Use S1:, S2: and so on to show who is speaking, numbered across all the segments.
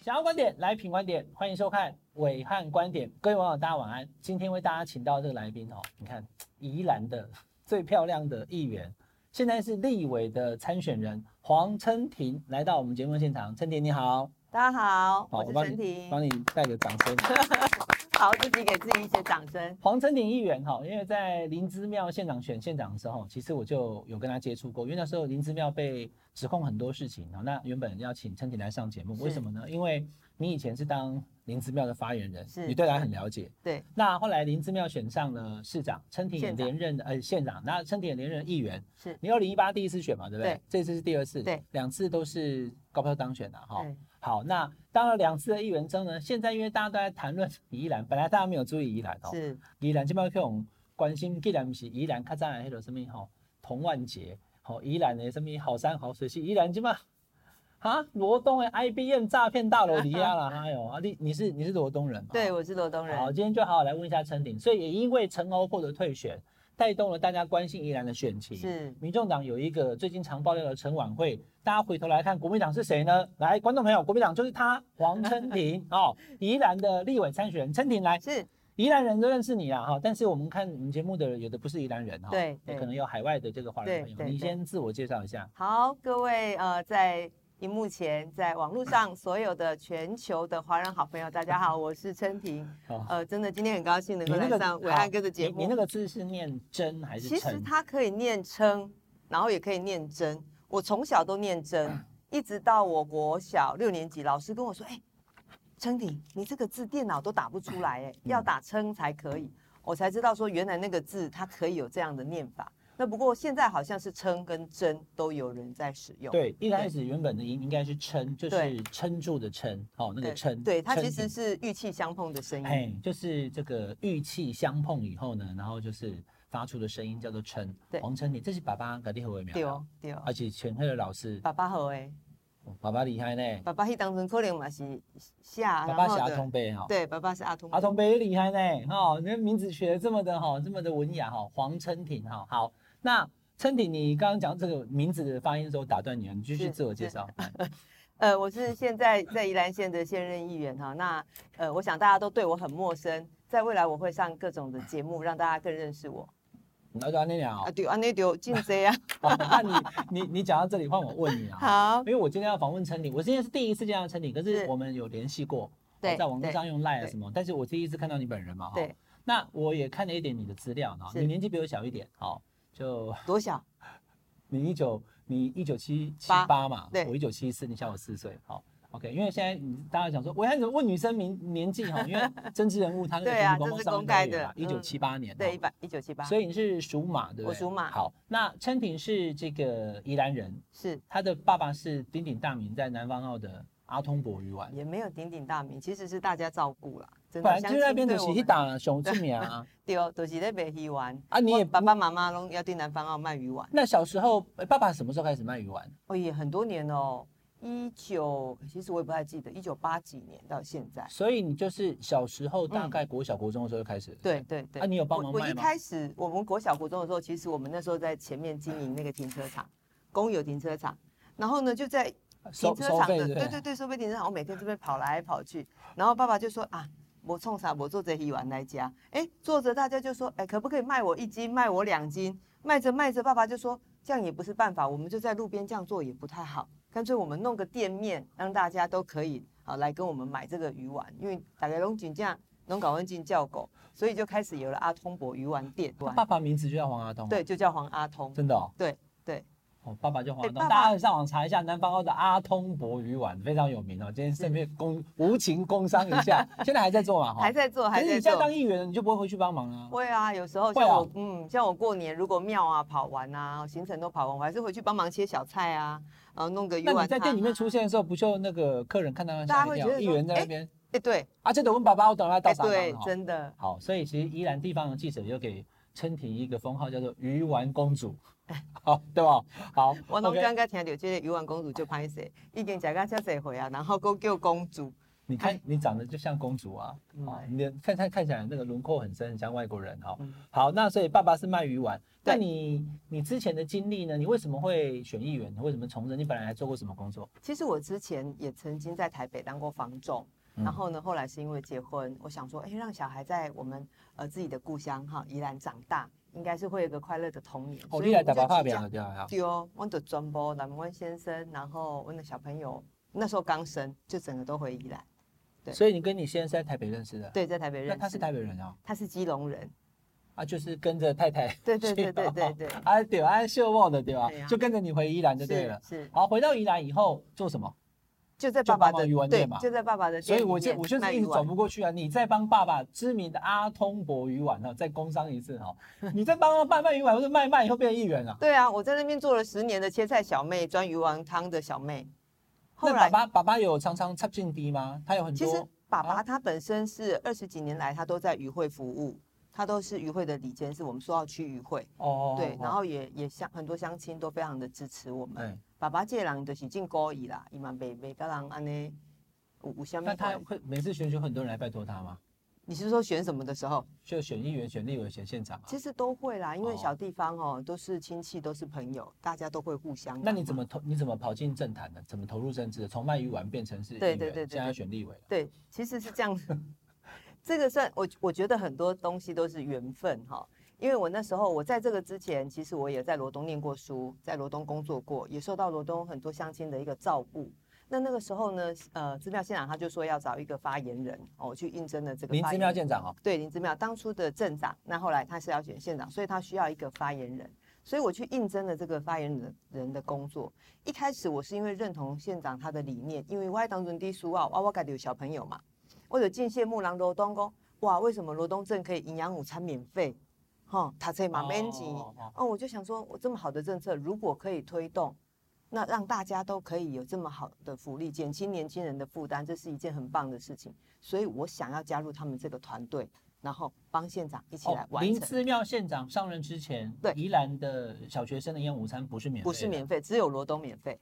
S1: 想要观点来品观点，欢迎收看伟汉观点。各位网友，大家晚安。今天为大家请到这个来宾哦，你看宜兰的最漂亮的议员，现在是立委的参选人黄琛婷来到我们节目现场。琛婷你好，
S2: 大家好，
S1: 好
S2: 我是
S1: 帮
S2: 陈
S1: 你
S2: 婷。
S1: 帮你带个掌声。
S2: 好，自己给自己一些掌声。
S1: 黄琛鼎议员哈，因为在林芝庙县长选县长的时候，其实我就有跟他接触过，因为那时候林芝庙被指控很多事情啊。那原本要请琛鼎来上节目，
S2: 是
S1: 为什么呢？因为你以前是当林芝庙的发言人，
S2: 是
S1: 你对他很了解。
S2: 对，
S1: 那后来林芝庙选上了市长，琛鼎也
S2: 县长
S1: 连任呃县长，那琛鼎也连任议员。
S2: 是，
S1: 你二零一八第一次选嘛，对不对？
S2: 对
S1: 这次是第二次，
S2: 对，
S1: 两次都是高票当选的啊哈。
S2: 对，
S1: 好，那当了两次的议员之后呢，现在因为大家都在谈论宜兰，本来大家没有注意宜兰哦，
S2: 是，
S1: 宜兰即摆去互关心，既然毋是宜兰较早的迄落什物吼，童万杰，吼宜兰的什物好山好水是宜兰即摆哈罗东的 IBM 诈骗大楼底下 啦，哎呦啊你你是你是罗东人嘛？哦
S2: 对，我是罗东人。
S1: 好，今天就好好来问一下陈鼎，所以也因为陈欧获得退选，带动了大家关心宜兰的选情。
S2: 是，
S1: 民众党有一个最近常爆料的陈晚会，大家回头来看，国民党是谁呢？来，观众朋友，国民党就是他黄琛 廷哦，宜兰的立委参选人琛廷来。
S2: 是，
S1: 宜兰人都认识你啊，哈，但是我们看我们节目的有的不是宜兰人哈，
S2: 对
S1: 也
S2: 对
S1: 可能有海外的这个华人
S2: 对
S1: 朋友，
S2: 对
S1: 你
S2: 对
S1: 先自我介绍一下。
S2: 好，各位呃，在荧幕前，在网络上，所有的全球的华人好朋友，大家好，我是陈婷。
S1: 好，
S2: 呃，真的今天很高兴能够来上伟
S1: 好
S2: 汉哥的节
S1: 你
S2: 目。
S1: 你那个字是念真还是
S2: 其实
S1: 称？
S2: 它可以念称，然后也可以念真。我从小都念真，一直到我国小六年级，老师跟我说：“哎、称鼎，你这个字电脑都打不出来、
S1: 嗯
S2: 哎，要打称才可以。”我才知道说，原来那个字它可以有这样的念法。那不过现在好像是称跟真都有人在使用。
S1: 对，一开始原本的音应该是撑，就是
S2: 对
S1: 撑住的撑，哦，那
S2: 对，
S1: 个撑。
S2: 对，它
S1: 撑
S2: 其实
S1: 停
S2: 是玉器相碰的声音。
S1: 哎，就是这个玉器相碰以后呢，然后就是发出的声音叫做称。
S2: 对
S1: 黄琛，你这是爸爸给你和我
S2: 对
S1: 苗，
S2: 哦，对哦。
S1: 而且全黑的老师，
S2: 爸爸好哎，
S1: 哦爸爸厉害呢，
S2: 爸爸去当中可能嘛是下，
S1: 爸爸
S2: 然后
S1: 是阿
S2: 的
S1: 通杯哈。
S2: 对，爸爸是阿通。
S1: 阿童杯厉害呢，哦，你的名字取得这么的哈、这么的文雅哈、黄琛廷哈。好，那琛廷，你刚刚讲这个名字的发音的时候，我打断你了，你继续
S2: 是
S1: 自我介绍。嗯
S2: 呃，我是现在在宜兰县的现任议员哈。那呃，我想大家都对我很陌生，在未来我会上各种的节目，让大家更认识我。
S1: 那就安妮聊
S2: 啊，，对，啊，那丢进贼 啊，
S1: 好那你你你讲到这里，换我问你啊。
S2: 好
S1: 因，为我今天要访问陈鼎，我今天是第一次见到陈鼎，可是
S2: 是
S1: 我们有联系过，
S2: 对
S1: 在网络上用 Line 啊
S2: 对
S1: 什么，但是我第一次看到你本人嘛，哈
S2: 对。
S1: 那我也看了一点你的资料哈，
S2: 是
S1: 你年纪比我小一点，好，就
S2: 多小？
S1: 你一九你一九七七八嘛，
S2: 对
S1: 我一九七四，你小我四岁，好。OK，因为现在你大家想说，我还怎么问女生名年纪哈？因为政治人物他那个
S2: 对啊
S1: 公
S2: 这
S1: 公
S2: 是
S1: 上
S2: 公开的嗯
S1: 一九七八年，
S2: 对，
S1: 哈
S2: 一百一九七八，
S1: 所以你是属马对不对？
S2: 我属马
S1: 好，那陈鼎是这个宜兰人，
S2: 是
S1: 他的爸爸是鼎鼎大名在南方澳的阿通伯鱼丸，
S2: 也没有鼎鼎大名，其实是大家照顾啦。真
S1: 本
S2: 的，
S1: 来
S2: 相
S1: 就那边
S2: 亲
S1: 的
S2: 对
S1: 是
S2: 我
S1: 去
S2: 们
S1: 打熊志明 啊。
S2: 对，都是在北鱼丸
S1: 啊你
S2: 我
S1: 也
S2: 爸爸妈妈拢要对南方澳卖鱼丸，
S1: 那小时候，呃爸爸什么时候开始卖鱼 丸？
S2: 哦，也很多年哦，一九，其实我也不太记得，一九八几年到现在。
S1: 所以你就是小时候大概国小国中的时候就开始。
S2: 嗯对。对对，
S1: 啊你有帮忙
S2: 我我
S1: 卖
S2: 一
S1: 吗
S2: 开始我们国小国中的时候，其实我们那时候在前面经营那个停车场，公有停车场，然后呢就在停
S1: 收
S2: 车
S1: 收
S2: 场
S1: 费
S2: 的
S1: 对不
S2: 对对对收费停车场，我每天这边跑来跑去，然后爸爸就说啊。我冲啥？我坐着一碗来家，哎，坐着大家就说，哎，可不可以卖我一斤，卖我两斤？卖着卖着，爸爸就说这样也不是办法，我们就在路边这样做也不太好，干脆我们弄个店面，让大家都可以啊来跟我们买这个鱼丸，因为大家拢紧这样，拢搞温进叫狗，所以就开始有了阿通伯鱼丸店，
S1: 爸爸名字就叫黄阿通、啊
S2: 对，，就叫黄阿通，
S1: 真的哦。
S2: 对对，
S1: 哦，爸爸叫黄阿
S2: 哎
S1: 通，
S2: 爸爸
S1: 大家上网查一下南方澳的阿通伯鱼丸，非常有名哦。今天顺便工无情工商一 下，现在还在做嘛？哈
S2: 还。在做，
S1: 可
S2: 还
S1: 是你
S2: 在
S1: 现在
S2: 做
S1: 当。议员，你就不会回去帮忙啊？
S2: 会啊，有时候
S1: 会
S2: 像
S1: 啊
S2: 我，嗯，像我过年如果庙啊跑完啊，行程都跑完，我还是回去帮忙切小菜啊，呃，弄个鱼
S1: 那
S2: 丸汤啊。
S1: 你在店里面出现的时候，不就那个客人看到他
S2: 大
S1: 吓
S2: 家
S1: 一
S2: 会
S1: 跳
S2: 觉得
S1: 议
S2: 说
S1: 员在那
S2: 哎
S1: 边
S2: 哎，对，
S1: 啊，这得问爸爸，我等他到哦
S2: 哎
S1: 啥
S2: 对
S1: 行，
S2: 真的，
S1: 好，所以其实宜兰地方的记者又给琛婷一个封号，叫做“鱼丸公 主”，好，对吧？好，
S2: 我拢
S1: OK
S2: 刚刚听到这个鱼丸公主就拍摄，已经食到遮侪岁啊，然后佫叫公主，
S1: 你看
S2: 哎
S1: 你长得就像公主啊，啊，
S2: 嗯
S1: 你的看看看起来那个轮廓很深，很像外国人哈、
S2: 嗯
S1: 好，那所以爸爸是卖鱼丸，
S2: 对
S1: 那你你之前的经历呢？你为什么会选议员？你为什么从政？你本来还做过什么工作？
S2: 其实我之前也曾经在台北当过房仲，
S1: 嗯
S2: 然后呢，后来是因为结婚，我想说，哎，让小孩在我们呃自己的故乡哈宜兰长大，应该是会有一个快乐的童年。
S1: 哦，
S2: 所以
S1: 你来打
S2: 我们
S1: 把
S2: 就
S1: 发
S2: 举家
S1: 表掉啊？
S2: 对哦，我的专播南湾先生，然后我的小朋友那时候刚生，就整个都回宜兰。对
S1: 所以你跟你先生是在台北认识的？，
S2: 对，在台北认
S1: 啊那
S2: 识。
S1: 他是台北人啊、
S2: 他是基隆人，
S1: 啊，就是跟着太太
S2: 对对对
S1: 去
S2: 对
S1: 的
S2: 对对，
S1: 啊，对啊，秀旺的对吧、
S2: 对啊
S1: 就跟着你回宜 兰就对了。
S2: 是是，
S1: 好，回到宜兰以后做什么？
S2: 就在
S1: 就
S2: 爸爸
S1: 帮忙
S2: 的
S1: 鱼丸
S2: 对
S1: 店嘛，
S2: 就在爸爸的
S1: 所
S2: 店
S1: 以
S2: 里面卖
S1: 我
S2: 鱼丸。
S1: 就我就是一直转不过去啊！你再帮爸爸知名的阿通博鱼丸哦，再工商一次 哦，你再帮他卖卖鱼丸，或者卖卖以后变成议员啊？
S2: 对啊，我在那边做了十年的切菜小妹，专鱼丸汤的小妹。后
S1: 那
S2: 来
S1: 爸爸爸爸有常常插进低吗？他有很
S2: 其实
S1: 多
S2: 爸
S1: 啊
S2: 爸他本身是二十几年来，他都在渔会服务，他都是渔会的理监事，我们说要去渔会，
S1: 哦，
S2: 对，然后也也相很多乡亲都非常的支持我们。
S1: 哎，
S2: 爸爸这个人就是进高义啦，伊嘛袂袂甲人安尼有有啥物
S1: 那。他会每次选举会很多人来拜托他吗？
S2: 你是说选什么的时候？
S1: 就选议员、选立委、选县长啊？
S2: 其实都会啦，因为
S1: 哦
S2: 小地方哦，都是亲戚，都是朋友，大家都会互相。啊
S1: 那你怎？么投？你怎么跑进政坛的？怎么投入政治的？从卖鱼丸变成是议
S2: 对
S1: 员
S2: 对对对
S1: 现在要选立委了。
S2: 对，其实是这样。 这个算我我觉得很多东西都是缘分哈、因为我那时候我在这个之前，其实我也在罗东念过书，在罗东工作过，也受到罗东很多乡亲的一个照顾。那那个时候呢，呃，资料县长他就说要找一个发言人哦，我去应征了这个
S1: 林
S2: 发
S1: 芝
S2: 言
S1: 庙
S2: 人。
S1: 县长哦，
S2: 对林之妙当初的镇长，那后来他是要选县长，所以他需要一个发言人，所以我去应征了这个发言人人的工作。一开始我是因为认同县长他的理念，因为我爱当人地书啊，我我家里有小朋友嘛，我有进县木郎罗东公，哇，为什么罗东镇可以营养午餐免费？哈、他这嘛免钱。
S1: 哦哦哦
S2: 哦，我就想说，我这么好的政策，如果可以推动，那让大家都可以有这么好的福利，减轻年轻人的负担，这是一件很棒的事情。所以我想要加入他们这个团队，然后帮县长一起来
S1: 哦
S2: 完
S1: 林
S2: 成。
S1: 芝庙县长上任之前，
S2: 对
S1: 宜兰的小学生的营养午餐不是免费，
S2: 不是。免费，只有罗东免费，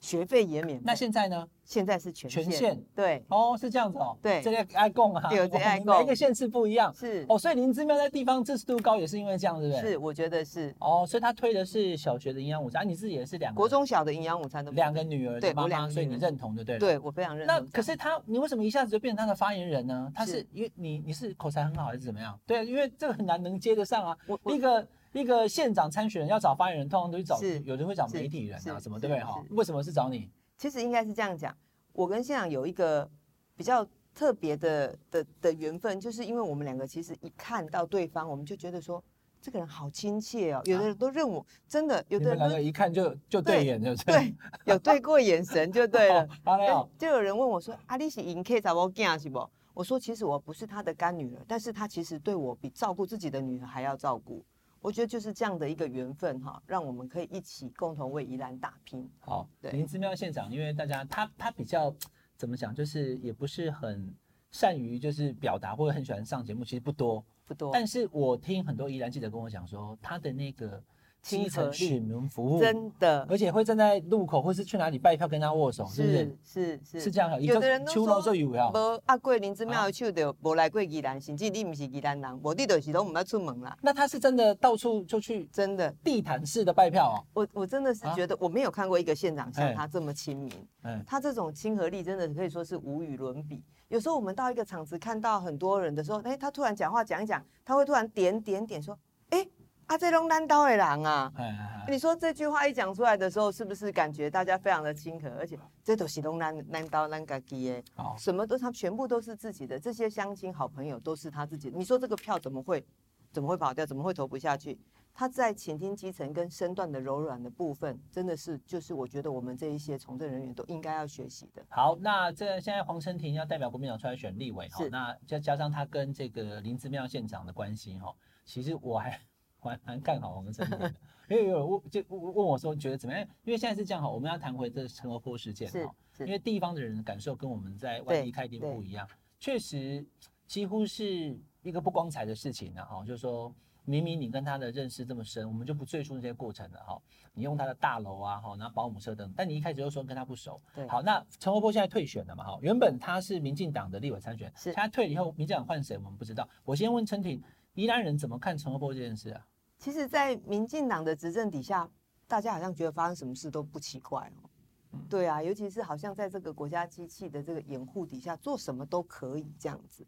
S2: 学费也免费。
S1: 那现在呢？
S2: 现在是全
S1: 全
S2: 县
S1: 县
S2: 对，
S1: 哦，是这样子哦。
S2: 对
S1: 这个爱共啊，
S2: 对这个
S1: 哦
S2: 爱
S1: 每一
S2: 共
S1: 个县市不一样
S2: 是、
S1: 哦，所以林芝庙在地方支持度高也是因为这样，对不对？。
S2: 是，我觉得是
S1: 哦，所以他推的是小学的营养午餐，啊你自己也是两个
S2: 国中小的营养午餐都不
S1: 两个女儿的
S2: 对
S1: 妈
S2: 我两
S1: 妈，
S2: 个
S1: 所以
S2: 女
S1: 你
S2: 儿
S1: 认同就对了。
S2: 对我非常认同
S1: 那
S2: 这样。
S1: 可是他，你为什么一下子就变成他的发言人呢？他是
S2: 是
S1: 因为你你是口才很好还是怎么样？对，因为这个很难能接得上啊。
S2: 我
S1: 一
S2: 我
S1: 个一个县长参选人要找发言人，通常都去找
S2: 是，
S1: 有人会找
S2: 是
S1: 媒体人啊，
S2: 是
S1: 什么对
S2: 是
S1: 不对哈？
S2: 是
S1: 为什么是找你？
S2: 其实应该是这样讲，我跟县长有一个比较特别的的的缘分，就是因为我们两个其实一看到对方，我们就觉得说这个人好亲切哦，有的人都认我真的，有
S1: 你
S2: 的
S1: 们
S2: 人
S1: 两个
S2: 都
S1: 一看就就
S2: 对
S1: 对眼，就是
S2: 对有对过眼神就对了
S1: 哦。， 好嘞
S2: 但
S1: 哦，
S2: 就有人问我说：“啊，你是银 K 查某囝是不？”我说：“其实我不是他的干女儿，但是他其实对我比照顾自己的女儿还要照顾。”我觉得就是这样的一个缘分哈，让我们可以一起共同为宜兰打拼。
S1: 好。
S2: 对
S1: 林芝庙县长，因为大家他他比较怎么讲，就是也不是很善于就是表达，或者很喜欢上节目，其实不多。
S2: 不多，
S1: 但是我听很多宜兰记者跟我讲说，他的那个
S2: 亲
S1: 基层
S2: 和力
S1: 市民服务
S2: 真的
S1: 而且会站在路口或是去哪里拜票跟他握手，哦是不是？
S2: 是是
S1: 是这样的，
S2: 有的人都
S1: 秋楼
S2: 说
S1: 这雨啊，
S2: 无啊，过林之庙的手就无来过宜兰，甚至你毋是宜兰人，无你就是拢毋捌出门啦。
S1: 那他是真的到处就去
S2: 真的，
S1: 地毯式的拜票哦，
S2: 我我真的是
S1: 啊
S2: 觉得我没有看过一个县长
S1: 哎
S2: 像他这么亲民，
S1: 嗯，
S2: 他这种亲和力真的可以说是无与伦比。有时候我们到一个场子看到很多人的时候，哎，他突然讲话讲一讲，他会突然点点点说，哎，啊这拢咱兜的人啊。
S1: 哎哎哎，
S2: 你说这句话一讲出来的时候，是不是感觉大家非常的亲和？而且这都是拢咱咱兜咱家己的，
S1: 好，
S2: 什么都他全部都是自己的，这些乡亲好朋友都是他自己的。你说这个票怎么会怎么会跑掉？怎么会投不下去？他在倾听基层跟身段的柔软的部分，真的是就是我觉得我们这一些从政人员都应该要学习的。
S1: 好，那这现在黄成庭要代表国民党出来选立委哈、
S2: 是
S1: 那再加上他跟这个林芝庙县长的关系哈、其实我还我还蛮看好黄成庭的，因为有人问就问我说觉得怎么样？因为现在是这样哈，我们要谈回这个陈欧坡事件哈、
S2: 是
S1: 因
S2: 是，
S1: 为地方的人的感受跟我们在外地
S2: 对
S1: 开店
S2: 对
S1: 不一样，确实几乎是一个不光彩的事情呢、哈、就是说明明你跟他的认识这么深，我们就不赘述这些过程了哈、你用他的大楼啊，哈、然后保姆社等，但你一开始就说跟他不熟。
S2: 对
S1: 好，那陈活波现在退选了嘛？哈、原本他是民进党的立委参选，
S2: 是
S1: 他退了以后，民进党换谁我们不知道。我先问陈婷，宜兰人怎么看陈活波这件事啊？
S2: 其实，在民进党的执政底下，大家好像觉得发生什么事都不奇怪哦。
S1: 嗯
S2: 对啊，尤其是好像在这个国家机器的这个掩护底下，做什么都可以这样子。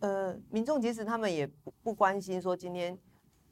S2: 呃，民众其实他们也不不关心说今天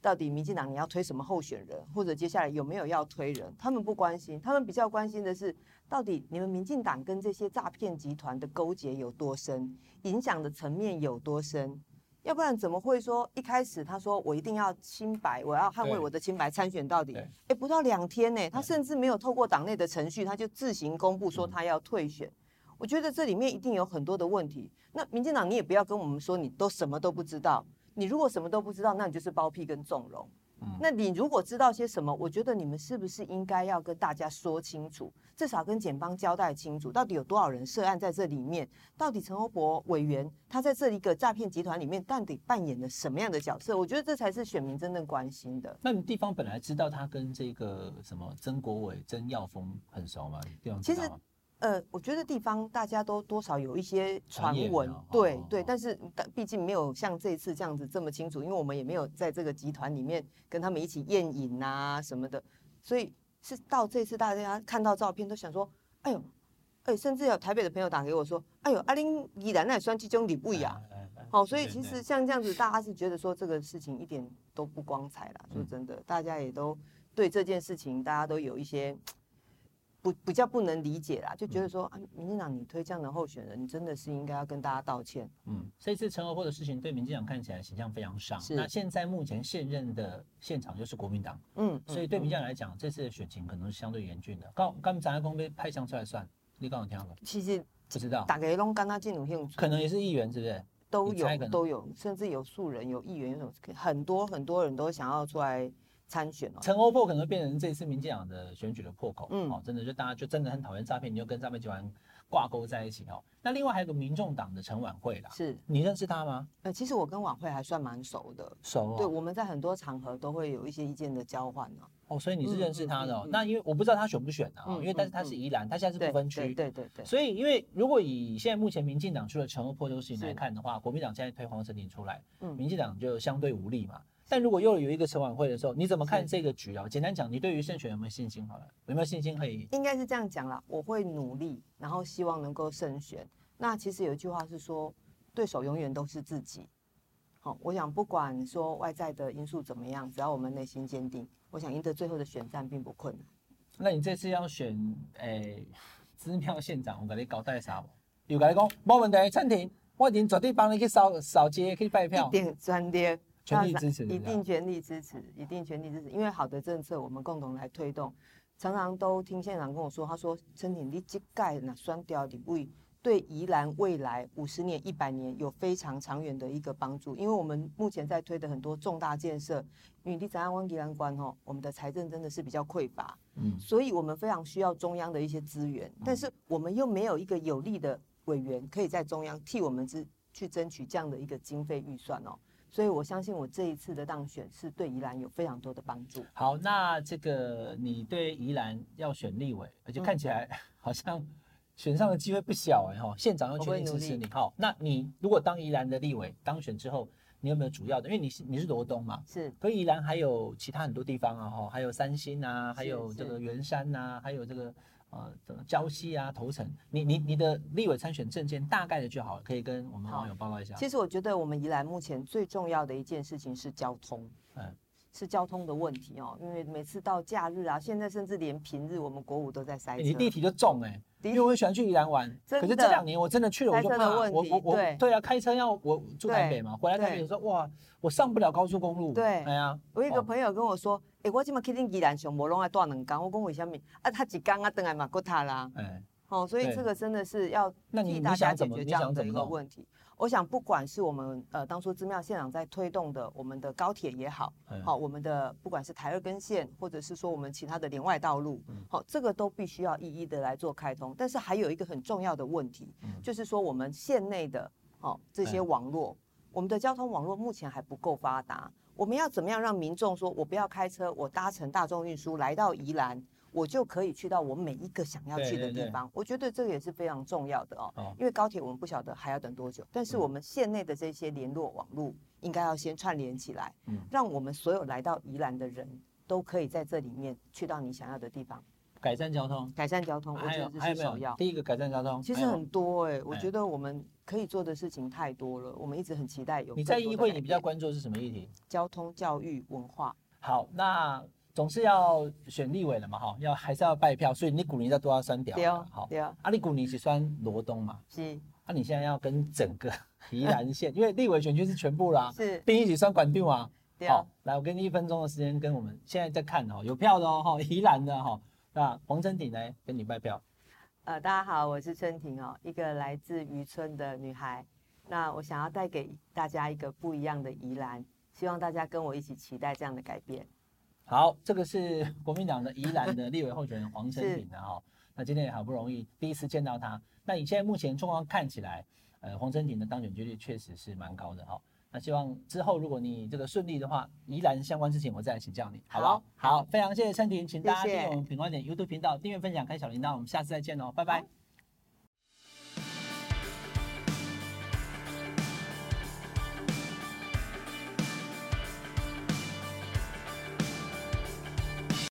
S2: 到底民进党你要推什么候选人，或者接下来有没有要推人，他们不关心，他们比较关心的是到底你们民进党跟这些诈骗集团的勾结有多深，影响的层面有多深。要不然怎么会说一开始他说我一定要清白，我要捍卫
S1: 对
S2: 我的清白参选到底？
S1: 对
S2: 哎、不到两天呢、他
S1: 对
S2: 甚至没有透过党内的程序，他就自行公布说
S1: 嗯
S2: 他要退选。我觉得这里面一定有很多的问题。那民进党你也不要跟我们说你都什么都不知道，你如果什么都不知道，那你就是包庇跟纵容。
S1: 嗯
S2: 那你如果知道些什么，我觉得你们是不是应该要跟大家说清楚，至少跟检方交代清楚，到底有多少人涉案在这里面？到底陈欧博委员他在这一个诈骗集团里面到底扮演了什么样的角色？我觉得这才是选民真正关心的。
S1: 那你地方本来知道他跟这个什么曾国伟、曾耀峰很熟吗？你地方知
S2: 其实
S1: 道吗？
S2: 呃，我觉得地方大家都多少有一些传
S1: 传言
S2: 闻，
S1: 啊
S2: 对
S1: 哦
S2: 对，
S1: 哦
S2: 但是但毕竟没有像这一次这样子这么清楚，因为我们也没有在这个集团里面跟他们一起宴饮啊什么的，所以是到这次大家看到照片都想说，哎呦，哎，甚至有台北的朋友打给我说，哎呦，阿玲依然那算其中礼不呀，
S1: 哎，哎哎
S2: 哦，所以
S1: 对
S2: 其
S1: 对
S2: 实像这样子，大家是觉得说这个事情一点都不光彩啦。说
S1: 嗯
S2: 真的，大家也都对这件事情，大家都有一些不比较不能理解啦，就
S1: 嗯
S2: 觉得说，啊，民进党你推这样的候选人，你真的是应该要跟大家道歉。
S1: 嗯，这次陈欧波的事情对民进党看起来形象非常伤。
S2: 是
S1: 那现在目前现任的现场就是国民党，
S2: 嗯，
S1: 所以
S2: 嗯
S1: 对民
S2: 嗯
S1: 进党来讲，这次的选情可能是相对严峻的。刚刚咱公被派相出来算，你刚有听过？
S2: 其实
S1: 不知道，
S2: 打给龙跟他进入兴趣
S1: 可能也是议员，是不是？
S2: 都
S1: 你猜可
S2: 有
S1: 能
S2: 都有，甚至有素人、有议员，有什么很多很多人都想要出来参选哦。
S1: 陈欧破可能会变成这次民进党的选举的破口。
S2: 嗯
S1: 嗯，哦，真的就大家就真的很讨厌诈骗，你就跟诈骗集团挂钩在一起哦。那另外还有个民众党的陈婉慧啦，
S2: 是，
S1: 你认识他吗？
S2: 呃，其实我跟晚会还算蛮熟的，
S1: 熟、哦，
S2: 对，我们在很多场合都会有一些意见的交换呢。
S1: 哦，所以你是认识他的、哦
S2: 嗯嗯嗯嗯
S1: 那因为我不知道他选不选啊、
S2: 嗯
S1: 因为但是
S2: 嗯
S1: 他是
S2: 嗯
S1: 宜兰，他现在是
S2: 对
S1: 不分区，
S2: 对对对对，
S1: 所以，因为如果以现在目前民进党出了陈欧破这个事情
S2: 是
S1: 来看的话，国民党现在推黄成林出来，
S2: 嗯
S1: 民进党就相对无力嘛。但如果又有一个陈晚会的时候，你怎么看这个局啊？简单讲，你对于胜选有没有信心？好了，有没有信心可以？
S2: 应该是这样讲啦，我会努力，然后希望能够胜选。那其实有一句话是说，对手永远都是自己。好、我想不管说外在的因素怎么样，只要我们内心坚定，我想赢得最后的选战并不困难。
S1: 那你这次要选诶，支票县长，我给你搞带啥不？有跟你讲，没问题，陈婷，我已经绝对帮你去扫扫街，去拜票
S2: 一，定专爹，
S1: 全力支持。啊
S2: 一
S1: 是不是
S2: 定全力支持，一定全力支持，因为好的政策我们共同来推动。常常都听县长跟我说，他说：“陈景你这盖那酸掉你为对宜兰未来五十年、一百年有非常长远的一个帮助，因为我们目前在推的很多重大建设，因为你怎样湾宜兰关吼，我们的财政真的是比较匮乏，
S1: 嗯，
S2: 所以我们非常需要中央的一些资源，但是我们又没有一个有力的委员可以在中央替我们之去争取这样的一个经费预算哦。所以我相信我这一次的当选是对宜兰有非常多的帮助。
S1: 好，那这个你对宜兰要选立委，而且
S2: 嗯
S1: 看起来 好像选上的机会不小哎哈，县长要全力支持
S2: 我会努
S1: 你。好，那你如果当宜兰的立委当选之后，你有没有主要的？因为你是你是罗东嘛，
S2: 是
S1: 可宜兰还有其他很多地方啊哈，还有三星啊，还有
S2: 是
S1: 这个圆山呐、还有这个呃这个礁溪啊、头城。你你你的立委参选证件大概的就好了，可以跟我们
S2: 好
S1: 网友报告一下。
S2: 其实我觉得我们宜兰目前最重要的一件事情是交通，
S1: 嗯
S2: 是交通的问题哦，因为每次到假日啊，现在甚至连平日我们国五都在塞
S1: 欸
S2: 车。
S1: 你第一题就中哎、
S2: 的
S1: 因为我很喜欢去宜兰玩，
S2: 真
S1: 可
S2: 的
S1: 是这两年我真的去了，我就
S2: 开车的
S1: 怕
S2: 问
S1: 我
S2: 题
S1: 我我
S2: 对
S1: 对啊，开车要我住台北嘛，回来台
S2: 对
S1: 北说哇，我上不了高速公路，
S2: 对
S1: 哎呀，
S2: 我有一个
S1: 哦
S2: 朋友跟我说，诶、我今麦去恁宜兰上无拢爱带两工，我讲为什么？啊，他一工啊，等来嘛骨塌啦。
S1: 哎，
S2: 哦，所以
S1: 对
S2: 这个真的是要
S1: 那你
S2: 替
S1: 你
S2: 大家
S1: 想
S2: 解
S1: 怎么
S2: 决
S1: 你
S2: 这样
S1: 想
S2: 的
S1: 怎
S2: 一
S1: 么
S2: 个
S1: 弄？
S2: 问题。我想，不管是我们呃当初资妙县长在推动的我们的高铁也好，好、
S1: 嗯
S2: 我们的不管是台二根线，或者是说我们其他的连外道路
S1: 嗯，
S2: 好、这个都必须要一一的来做开通。但是还有一个很重要的问题，
S1: 嗯
S2: 就是说我们县内的哦这些
S1: 嗯
S2: 网络。我们的交通网络目前还不够发达，我们要怎么样让民众说，我不要开车，我搭乘大众运输来到宜兰，我就可以去到我每一个想要去的
S1: 对对对
S2: 地方？我觉得这个也是非常重要的哦，
S1: 哦
S2: 因为高铁我们不晓得还要等多久，
S1: 嗯
S2: 但是我们县内的这些联络网络应该要先串联起来，
S1: 嗯
S2: 让我们所有来到宜兰的人都可以在这里面去到你想要的地方，
S1: 改善交通，
S2: 改善交通，嗯我
S1: 还
S2: 觉
S1: 有
S2: 得
S1: 还
S2: 这
S1: 有
S2: 是
S1: 没
S2: 首
S1: 有？
S2: 要。
S1: 第一个改善交通，
S2: 其
S1: 还
S2: 实
S1: 有
S2: 很多哎、我
S1: 哎
S2: 觉得我们可以做的事情太多了，我们一直很期待有
S1: 你在
S2: 更多
S1: 议
S2: 的
S1: 会
S2: 改
S1: 你比较
S2: 变
S1: 关注的是什么议题？
S2: 交通、教育、文化，
S1: 好，那总是要选立委了嘛，哈，要还是要拜票，所以你鼓励要多要酸屌
S2: 对
S1: 嘛
S2: 哦，
S1: 好，
S2: 对哦，
S1: 啊，你鼓励是酸罗东嘛，
S2: 是
S1: 啊，你现在要跟整个 宜兰县，因为立委选区是全部啦，
S2: 是，
S1: 并一起算管定啊。
S2: 对
S1: 好
S2: 哦，，
S1: 来，我给你一分钟的时间，跟我们现在在看哦，有票的哦，哈，宜兰的哈、那黄真鼎来跟你拜票，
S2: 呃，大家好，我是春婷哦，一个来自渔村的女孩。那我想要带给大家一个不一样的宜兰，希望大家跟我一起期待这样的改变。
S1: 好，这个是 国民党的宜兰的立委候选人黄成鼎的哈、那今天也好不容易第一次见到他，那你现在目前状况看起来，呃，黄成鼎的当选几率确实是蛮高的哈、那希望之后如果你这个顺利的话，宜兰相关事情我再来请教你，好不好？好，
S2: 好
S1: 非常谢谢陈婷，请大家
S2: 谢
S1: 订
S2: 谢
S1: 阅我们品观点 YouTube 频道，订阅、分享、开小铃铛，我们下次再见哦，拜
S2: 拜
S1: 拜。